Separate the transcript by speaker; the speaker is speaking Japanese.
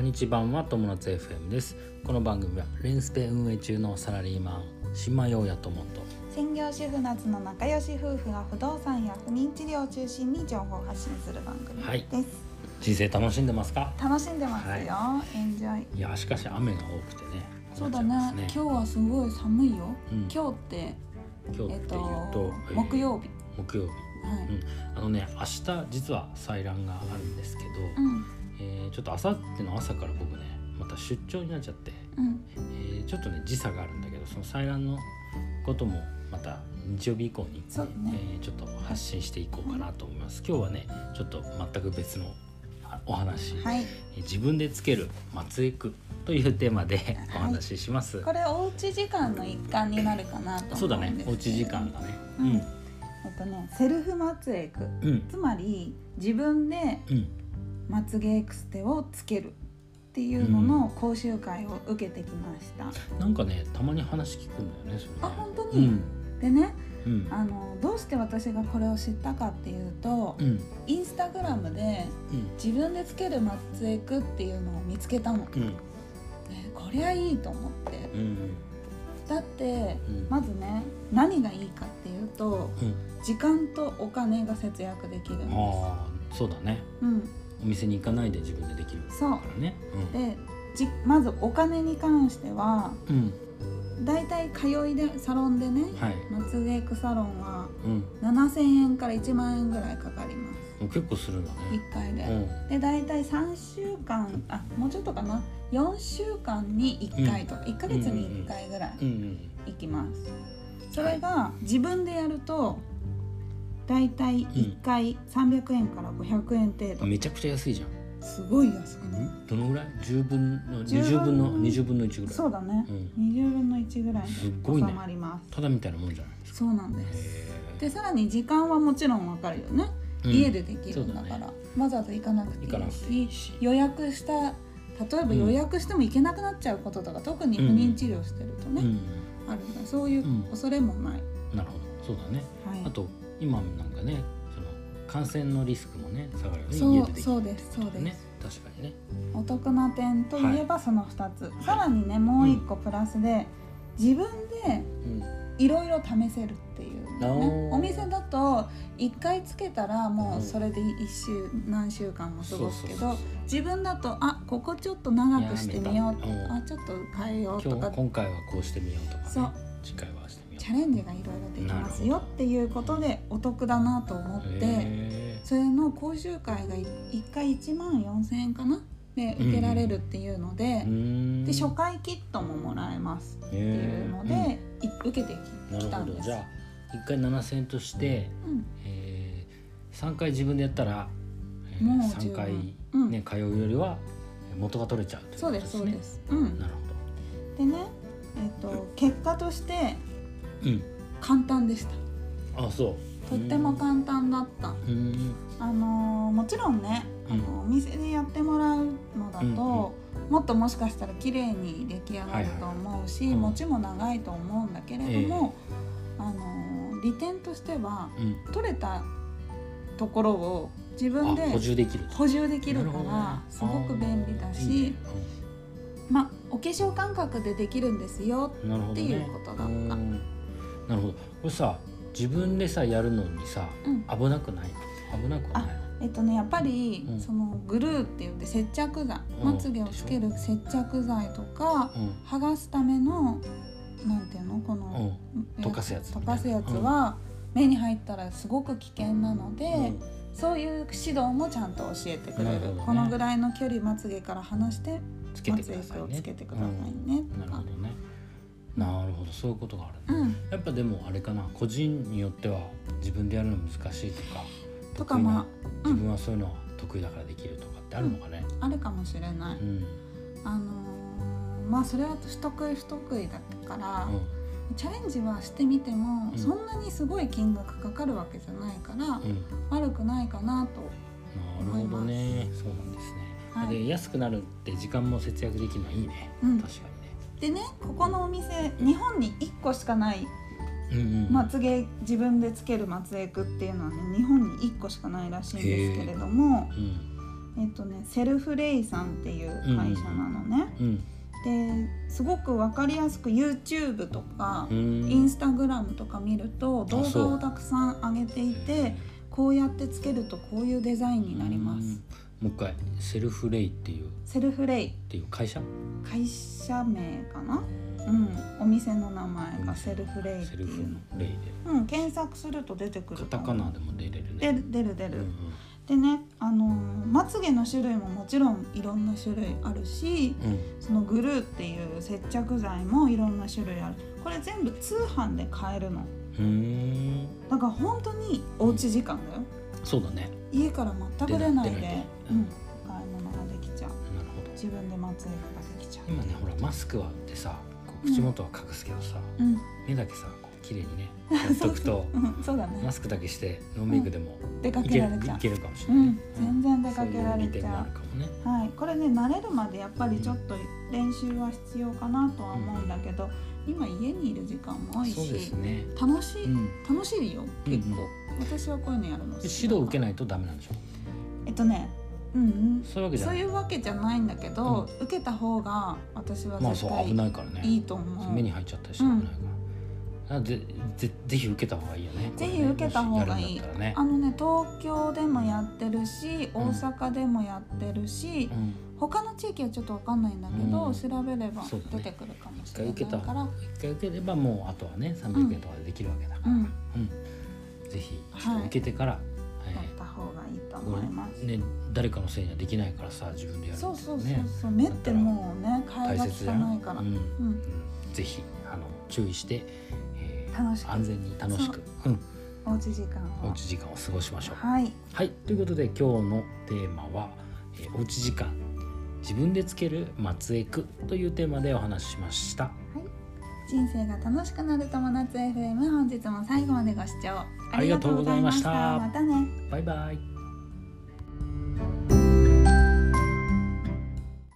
Speaker 1: 日版は友達 FM ですこの番組はレンスペ運営中のサラリーマン島陽也友と
Speaker 2: 専業主婦夏の仲良し夫婦が不動産や不妊治療を中心に情報を発信する番組です、
Speaker 1: はい人生楽しんでますか
Speaker 2: 楽しんでますよ、エンジョイ
Speaker 1: いやしかし雨が多くてね
Speaker 2: そうだ
Speaker 1: 困っちゃ
Speaker 2: ね
Speaker 1: います
Speaker 2: 今日はすごい寒いよ、
Speaker 1: うん
Speaker 2: 今日って
Speaker 1: 今日
Speaker 2: えって
Speaker 1: っいう
Speaker 2: と
Speaker 1: と、えー
Speaker 2: 木曜日
Speaker 1: 木曜日
Speaker 2: はい、
Speaker 1: うんあのね明日実は採卵があるんですけど、
Speaker 2: うん
Speaker 1: えーちょっと明後日の朝から僕ねまた出張になっちゃって、
Speaker 2: うん
Speaker 1: えーちょっとね時差があるんだけどその採卵のこともまた日曜日以降に、
Speaker 2: そうね
Speaker 1: えーちょっと発信していこうかなと思います今日はねちょっと全く別のあお話、
Speaker 2: はい
Speaker 1: えー自分でつける松江区というテーマでお話しします、
Speaker 2: これおうち時間の一環になるかなと
Speaker 1: そう
Speaker 2: 思
Speaker 1: だ
Speaker 2: うんですけれ
Speaker 1: ね
Speaker 2: ど
Speaker 1: おうち時間がね
Speaker 2: うんえっとねセルフ松江区
Speaker 1: うんうん
Speaker 2: つまり自分で
Speaker 1: うん
Speaker 2: まつげエクステをつけるっていうのの講習会を受けてきました、
Speaker 1: なんかねたまに話聞くんだよねそれね
Speaker 2: あ本当にでね
Speaker 1: うんうん
Speaker 2: あのどうして私がこれを知ったかっていうと、
Speaker 1: うん
Speaker 2: インスタグラムで
Speaker 1: うん
Speaker 2: 自分でつけるマツエクっていうのを見つけたの、
Speaker 1: うん
Speaker 2: えこりゃいいと思って
Speaker 1: うん
Speaker 2: だって
Speaker 1: うん
Speaker 2: まずね何がいいかっていうと
Speaker 1: うん
Speaker 2: 時間とお金が節約できるんです、
Speaker 1: ああそうだね
Speaker 2: うん、
Speaker 1: お店に行かないで自分でできるか
Speaker 2: そう
Speaker 1: らね
Speaker 2: でじまずお金に関しては
Speaker 1: うん、
Speaker 2: だいたい通いでサロンでね
Speaker 1: うん、はい
Speaker 2: まつげエクサロンは
Speaker 1: うん
Speaker 2: 7000円から1万円ぐらいかかります
Speaker 1: もう結構するんだね
Speaker 2: 1回で、
Speaker 1: うん
Speaker 2: で大体3週間あもうちょっとかな4週間に1回とか、1ヶ月に1回ぐらい
Speaker 1: うんうん
Speaker 2: 行きます、それが自分でやると大体1回300円から500円程度、
Speaker 1: めちゃくちゃ安いじゃん
Speaker 2: すごい安くね
Speaker 1: どのぐらい10分の
Speaker 2: 10
Speaker 1: 20分の
Speaker 2: 分の
Speaker 1: 20分の1ぐらい
Speaker 2: そうだね、
Speaker 1: うん、
Speaker 2: 20分の1ぐらい
Speaker 1: す
Speaker 2: で
Speaker 1: ごいね
Speaker 2: 収まります
Speaker 1: ただみたいなもんじゃないですか
Speaker 2: そうなんです
Speaker 1: へ
Speaker 2: でさらに時間はもちろんわかるよね、
Speaker 1: えうん
Speaker 2: 家でできるんだ
Speaker 1: そ
Speaker 2: か
Speaker 1: う
Speaker 2: ら
Speaker 1: だ
Speaker 2: わざわざ行かなくてい
Speaker 1: 行かないくてい
Speaker 2: し
Speaker 1: いし
Speaker 2: 予約した例えば予約しても行けなくなっちゃうこととか、特に不妊治療してると
Speaker 1: う
Speaker 2: ね、
Speaker 1: ん
Speaker 2: あるんだそういう
Speaker 1: うん
Speaker 2: 恐れもない、
Speaker 1: なるほどそうだね
Speaker 2: はい
Speaker 1: あと今なんかねその感染のリスクもね下がるよね
Speaker 2: そ
Speaker 1: 家で
Speaker 2: う
Speaker 1: でき
Speaker 2: そ
Speaker 1: る
Speaker 2: うですそうです、
Speaker 1: ね確かにね
Speaker 2: お得な点といえばその2つ、
Speaker 1: い
Speaker 2: さらにねもう1個プラスで、自分で
Speaker 1: うん
Speaker 2: いろいろ試せるっていう、ね、
Speaker 1: おー
Speaker 2: お店だと1回つけたらもうそれで1週何週間も過ごすけ
Speaker 1: そうそう
Speaker 2: ど
Speaker 1: そう
Speaker 2: 自分だとあここちょっと長くしてみよ
Speaker 1: いやーめ
Speaker 2: う
Speaker 1: た
Speaker 2: あちょっと変えようと
Speaker 1: 今
Speaker 2: か
Speaker 1: 日今回はこうしてみようとか、ね、
Speaker 2: そう
Speaker 1: 次回はしてみよう
Speaker 2: チャレンジがいろいろできますよっていうことでお得だなと思って
Speaker 1: へー
Speaker 2: それの講習会が1回1万4,000円かなで
Speaker 1: うん
Speaker 2: 受けられるっていうので
Speaker 1: うーん
Speaker 2: で初回キットももらえますっ
Speaker 1: って
Speaker 2: ていうので、い受けて
Speaker 1: な
Speaker 2: き
Speaker 1: る
Speaker 2: た
Speaker 1: ほ
Speaker 2: ん
Speaker 1: ど
Speaker 2: です
Speaker 1: じ。ゃあ1回7000円として、
Speaker 2: うん
Speaker 1: え3回自分でやったら、えー、
Speaker 2: もう十
Speaker 1: 3回、
Speaker 2: 分
Speaker 1: ね
Speaker 2: うん
Speaker 1: 通うよりはえー元が取れちゃうというこ
Speaker 2: そう
Speaker 1: と
Speaker 2: で
Speaker 1: ですす
Speaker 2: そう
Speaker 1: ね
Speaker 2: です。うん。
Speaker 1: なるほ
Speaker 2: でね、えっと結果として
Speaker 1: どうん
Speaker 2: 簡単でした。
Speaker 1: あそう
Speaker 2: とっても簡単だった。
Speaker 1: うーん
Speaker 2: あのーもちろんね、
Speaker 1: うん
Speaker 2: あのお店でやってもらうのだと、
Speaker 1: うんうん
Speaker 2: もっともしかしたら綺麗に出来上がると思うし、
Speaker 1: はいはいうん
Speaker 2: 持ちも長いと思うんだけれども、あのー利点としては
Speaker 1: うん
Speaker 2: 取れたところを自分
Speaker 1: あ
Speaker 2: で
Speaker 1: 補充できる
Speaker 2: 補充できる
Speaker 1: な
Speaker 2: か
Speaker 1: ほど
Speaker 2: ら
Speaker 1: ね
Speaker 2: すごく便利だ
Speaker 1: あーいい
Speaker 2: し
Speaker 1: ね、
Speaker 2: まあお化粧感覚でできるんですよ
Speaker 1: うんなるほど、ね、
Speaker 2: っていうことだった
Speaker 1: うーんなるほどこれさ自分でさやるのにさ、
Speaker 2: うん
Speaker 1: 危なくない危なくはない
Speaker 2: えっとねやっぱり、
Speaker 1: うん
Speaker 2: そのグルーって言って接着剤
Speaker 1: うん
Speaker 2: まつげをつける接着剤とか
Speaker 1: うん
Speaker 2: 剥がすためのなんていうのこ
Speaker 1: う
Speaker 2: の、
Speaker 1: ん溶かすやつみたい
Speaker 2: 溶
Speaker 1: な
Speaker 2: かすやつは、目に入ったらすごく危険なので、そういう指導もちゃんと教えてくれ
Speaker 1: なる
Speaker 2: る
Speaker 1: ほどね
Speaker 2: このぐらいの距離まつげから離して
Speaker 1: うんつけ
Speaker 2: ま
Speaker 1: て
Speaker 2: つ
Speaker 1: く
Speaker 2: げ
Speaker 1: ださい
Speaker 2: を
Speaker 1: ね
Speaker 2: つけてくださいね
Speaker 1: うんな
Speaker 2: と
Speaker 1: るほ
Speaker 2: か
Speaker 1: ど。ねなるほどそういうことがある
Speaker 2: うん
Speaker 1: やっぱでもあれかな個人によっては自分でやるの難しいとか
Speaker 2: とかま
Speaker 1: 得意な自分はそういうのは得意だからできるとかってあるのかね、
Speaker 2: ああるかもしれない。
Speaker 1: うん
Speaker 2: あのーまあそれは不得意不得意だから、チャレンジはしてみても、
Speaker 1: うん
Speaker 2: そんなにすごい金額かかるわけじゃないから、
Speaker 1: うん、うん
Speaker 2: 悪くないかなと
Speaker 1: なるほどねそうなんですね、
Speaker 2: はい
Speaker 1: で安くなるって時間も節約できるのはいいね、
Speaker 2: うん
Speaker 1: 確か
Speaker 2: でねここのお店日本に1個しかない
Speaker 1: にね、うんうん、
Speaker 2: まつげ自分でつけるまつエクっていうのはね日本に1個しかないらしいんですけれども
Speaker 1: うん
Speaker 2: えっとねセルフレイさんっていう会社なのね、
Speaker 1: うん
Speaker 2: ですごく分かりやすく YouTube とか、
Speaker 1: う
Speaker 2: イン
Speaker 1: ん
Speaker 2: スタグラムとか見ると動画をたくさん上げていてこうやってつけるとこういうデザインになります、
Speaker 1: うんもう一回セルフレイっていうっ
Speaker 2: セルフレイ
Speaker 1: ていう会社
Speaker 2: 会社名かなうんお店の名前がセルフレイって
Speaker 1: セル
Speaker 2: い
Speaker 1: フ
Speaker 2: うの
Speaker 1: のレイで
Speaker 2: うん検索すると出てく
Speaker 1: カ
Speaker 2: る
Speaker 1: タ
Speaker 2: か
Speaker 1: カ
Speaker 2: も
Speaker 1: ナでも出れる
Speaker 2: 出
Speaker 1: ね
Speaker 2: る出る出
Speaker 1: う
Speaker 2: る、
Speaker 1: んうん
Speaker 2: でねあのーまつげの種類ももちろんいろんな種類あるし
Speaker 1: うん
Speaker 2: そのグルーっていう接着剤もいろんな種類あるこれ全部通販で買えるの
Speaker 1: うーん
Speaker 2: だから本当におうち時間だよ、
Speaker 1: そうだね
Speaker 2: 家から全く出ないで
Speaker 1: 出ない
Speaker 2: う
Speaker 1: うんん、
Speaker 2: お買い物ができちゃう
Speaker 1: なるほど
Speaker 2: 自分でまつげができちゃう
Speaker 1: 今ねほらマスクはってさこう口元は隠すけどさ、
Speaker 2: うん
Speaker 1: 目だけさこう綺麗 にねやっとくと
Speaker 2: うんそうだ
Speaker 1: マ
Speaker 2: ね
Speaker 1: スクだけしてノンメイクでも
Speaker 2: 出か
Speaker 1: い
Speaker 2: け
Speaker 1: け
Speaker 2: ら
Speaker 1: る,、
Speaker 2: れ
Speaker 1: い
Speaker 2: ちゃう
Speaker 1: けるかもし
Speaker 2: う
Speaker 1: れない、
Speaker 2: ん全然出かけられ
Speaker 1: そういう利
Speaker 2: ち
Speaker 1: 点も
Speaker 2: ゃ
Speaker 1: あ
Speaker 2: う
Speaker 1: るかもね
Speaker 2: はい、これね慣れるまでやっぱりちょっと練習は必要かなとは思うんだけど、今家にいる時間も多い
Speaker 1: そうで
Speaker 2: し、
Speaker 1: すね
Speaker 2: 楽しい、
Speaker 1: うん
Speaker 2: 楽しいよ
Speaker 1: うん
Speaker 2: 結構、私はこういうのやるの
Speaker 1: 指導受け
Speaker 2: ない
Speaker 1: ないとダメなんでしょ
Speaker 2: えっとねうん
Speaker 1: そういうわ
Speaker 2: う
Speaker 1: け
Speaker 2: ん
Speaker 1: じゃ
Speaker 2: そういうわけじゃな
Speaker 1: ない
Speaker 2: いんだけど、受けた方が私は
Speaker 1: まあそ
Speaker 2: 絶
Speaker 1: う危な
Speaker 2: 対
Speaker 1: いからね
Speaker 2: いいと思う、
Speaker 1: 目に入っちゃったりして危ないから、なぜぜぜひ受けた方がいいよね
Speaker 2: ぜひ受けた方がいい
Speaker 1: これねもしやるんだったらね
Speaker 2: あのね東京でもやってるし
Speaker 1: うん
Speaker 2: 大阪でもやってるし、
Speaker 1: うん
Speaker 2: 他の地域はちょっとわかんないんだけど、
Speaker 1: うん
Speaker 2: 調べれば
Speaker 1: そうだ
Speaker 2: 出
Speaker 1: ね
Speaker 2: てくるかもし
Speaker 1: 一
Speaker 2: れ
Speaker 1: 回
Speaker 2: ない
Speaker 1: 受けた
Speaker 2: から、
Speaker 1: 一回受ければもうあとはね300円とかでできるわけだから、
Speaker 2: うん
Speaker 1: ぜひちょっと受けてから、はい
Speaker 2: やった方がいいと思います。
Speaker 1: ね、誰かのせいにはできないからさ自分でやる
Speaker 2: そうそうそう
Speaker 1: ね
Speaker 2: そう、目ってもうね替え
Speaker 1: 大
Speaker 2: が
Speaker 1: 切
Speaker 2: 利
Speaker 1: じ
Speaker 2: か
Speaker 1: ゃん
Speaker 2: ないから、
Speaker 1: う
Speaker 2: うんん
Speaker 1: ぜひあの注意して、えー
Speaker 2: 楽しく
Speaker 1: 安全に楽しくう、ん、
Speaker 2: おうち時間
Speaker 1: おう
Speaker 2: を
Speaker 1: ち時間を過ごしましょう。はい、
Speaker 2: はい
Speaker 1: ということで今日のテーマは、えー、おうち時間自分でつける松江区というテーマでお話ししました。
Speaker 2: 人生が楽しくなる友達 FM 本日も最後までご視聴
Speaker 1: ありがとうございました
Speaker 2: ありがとうございましたまたね
Speaker 1: バイバイ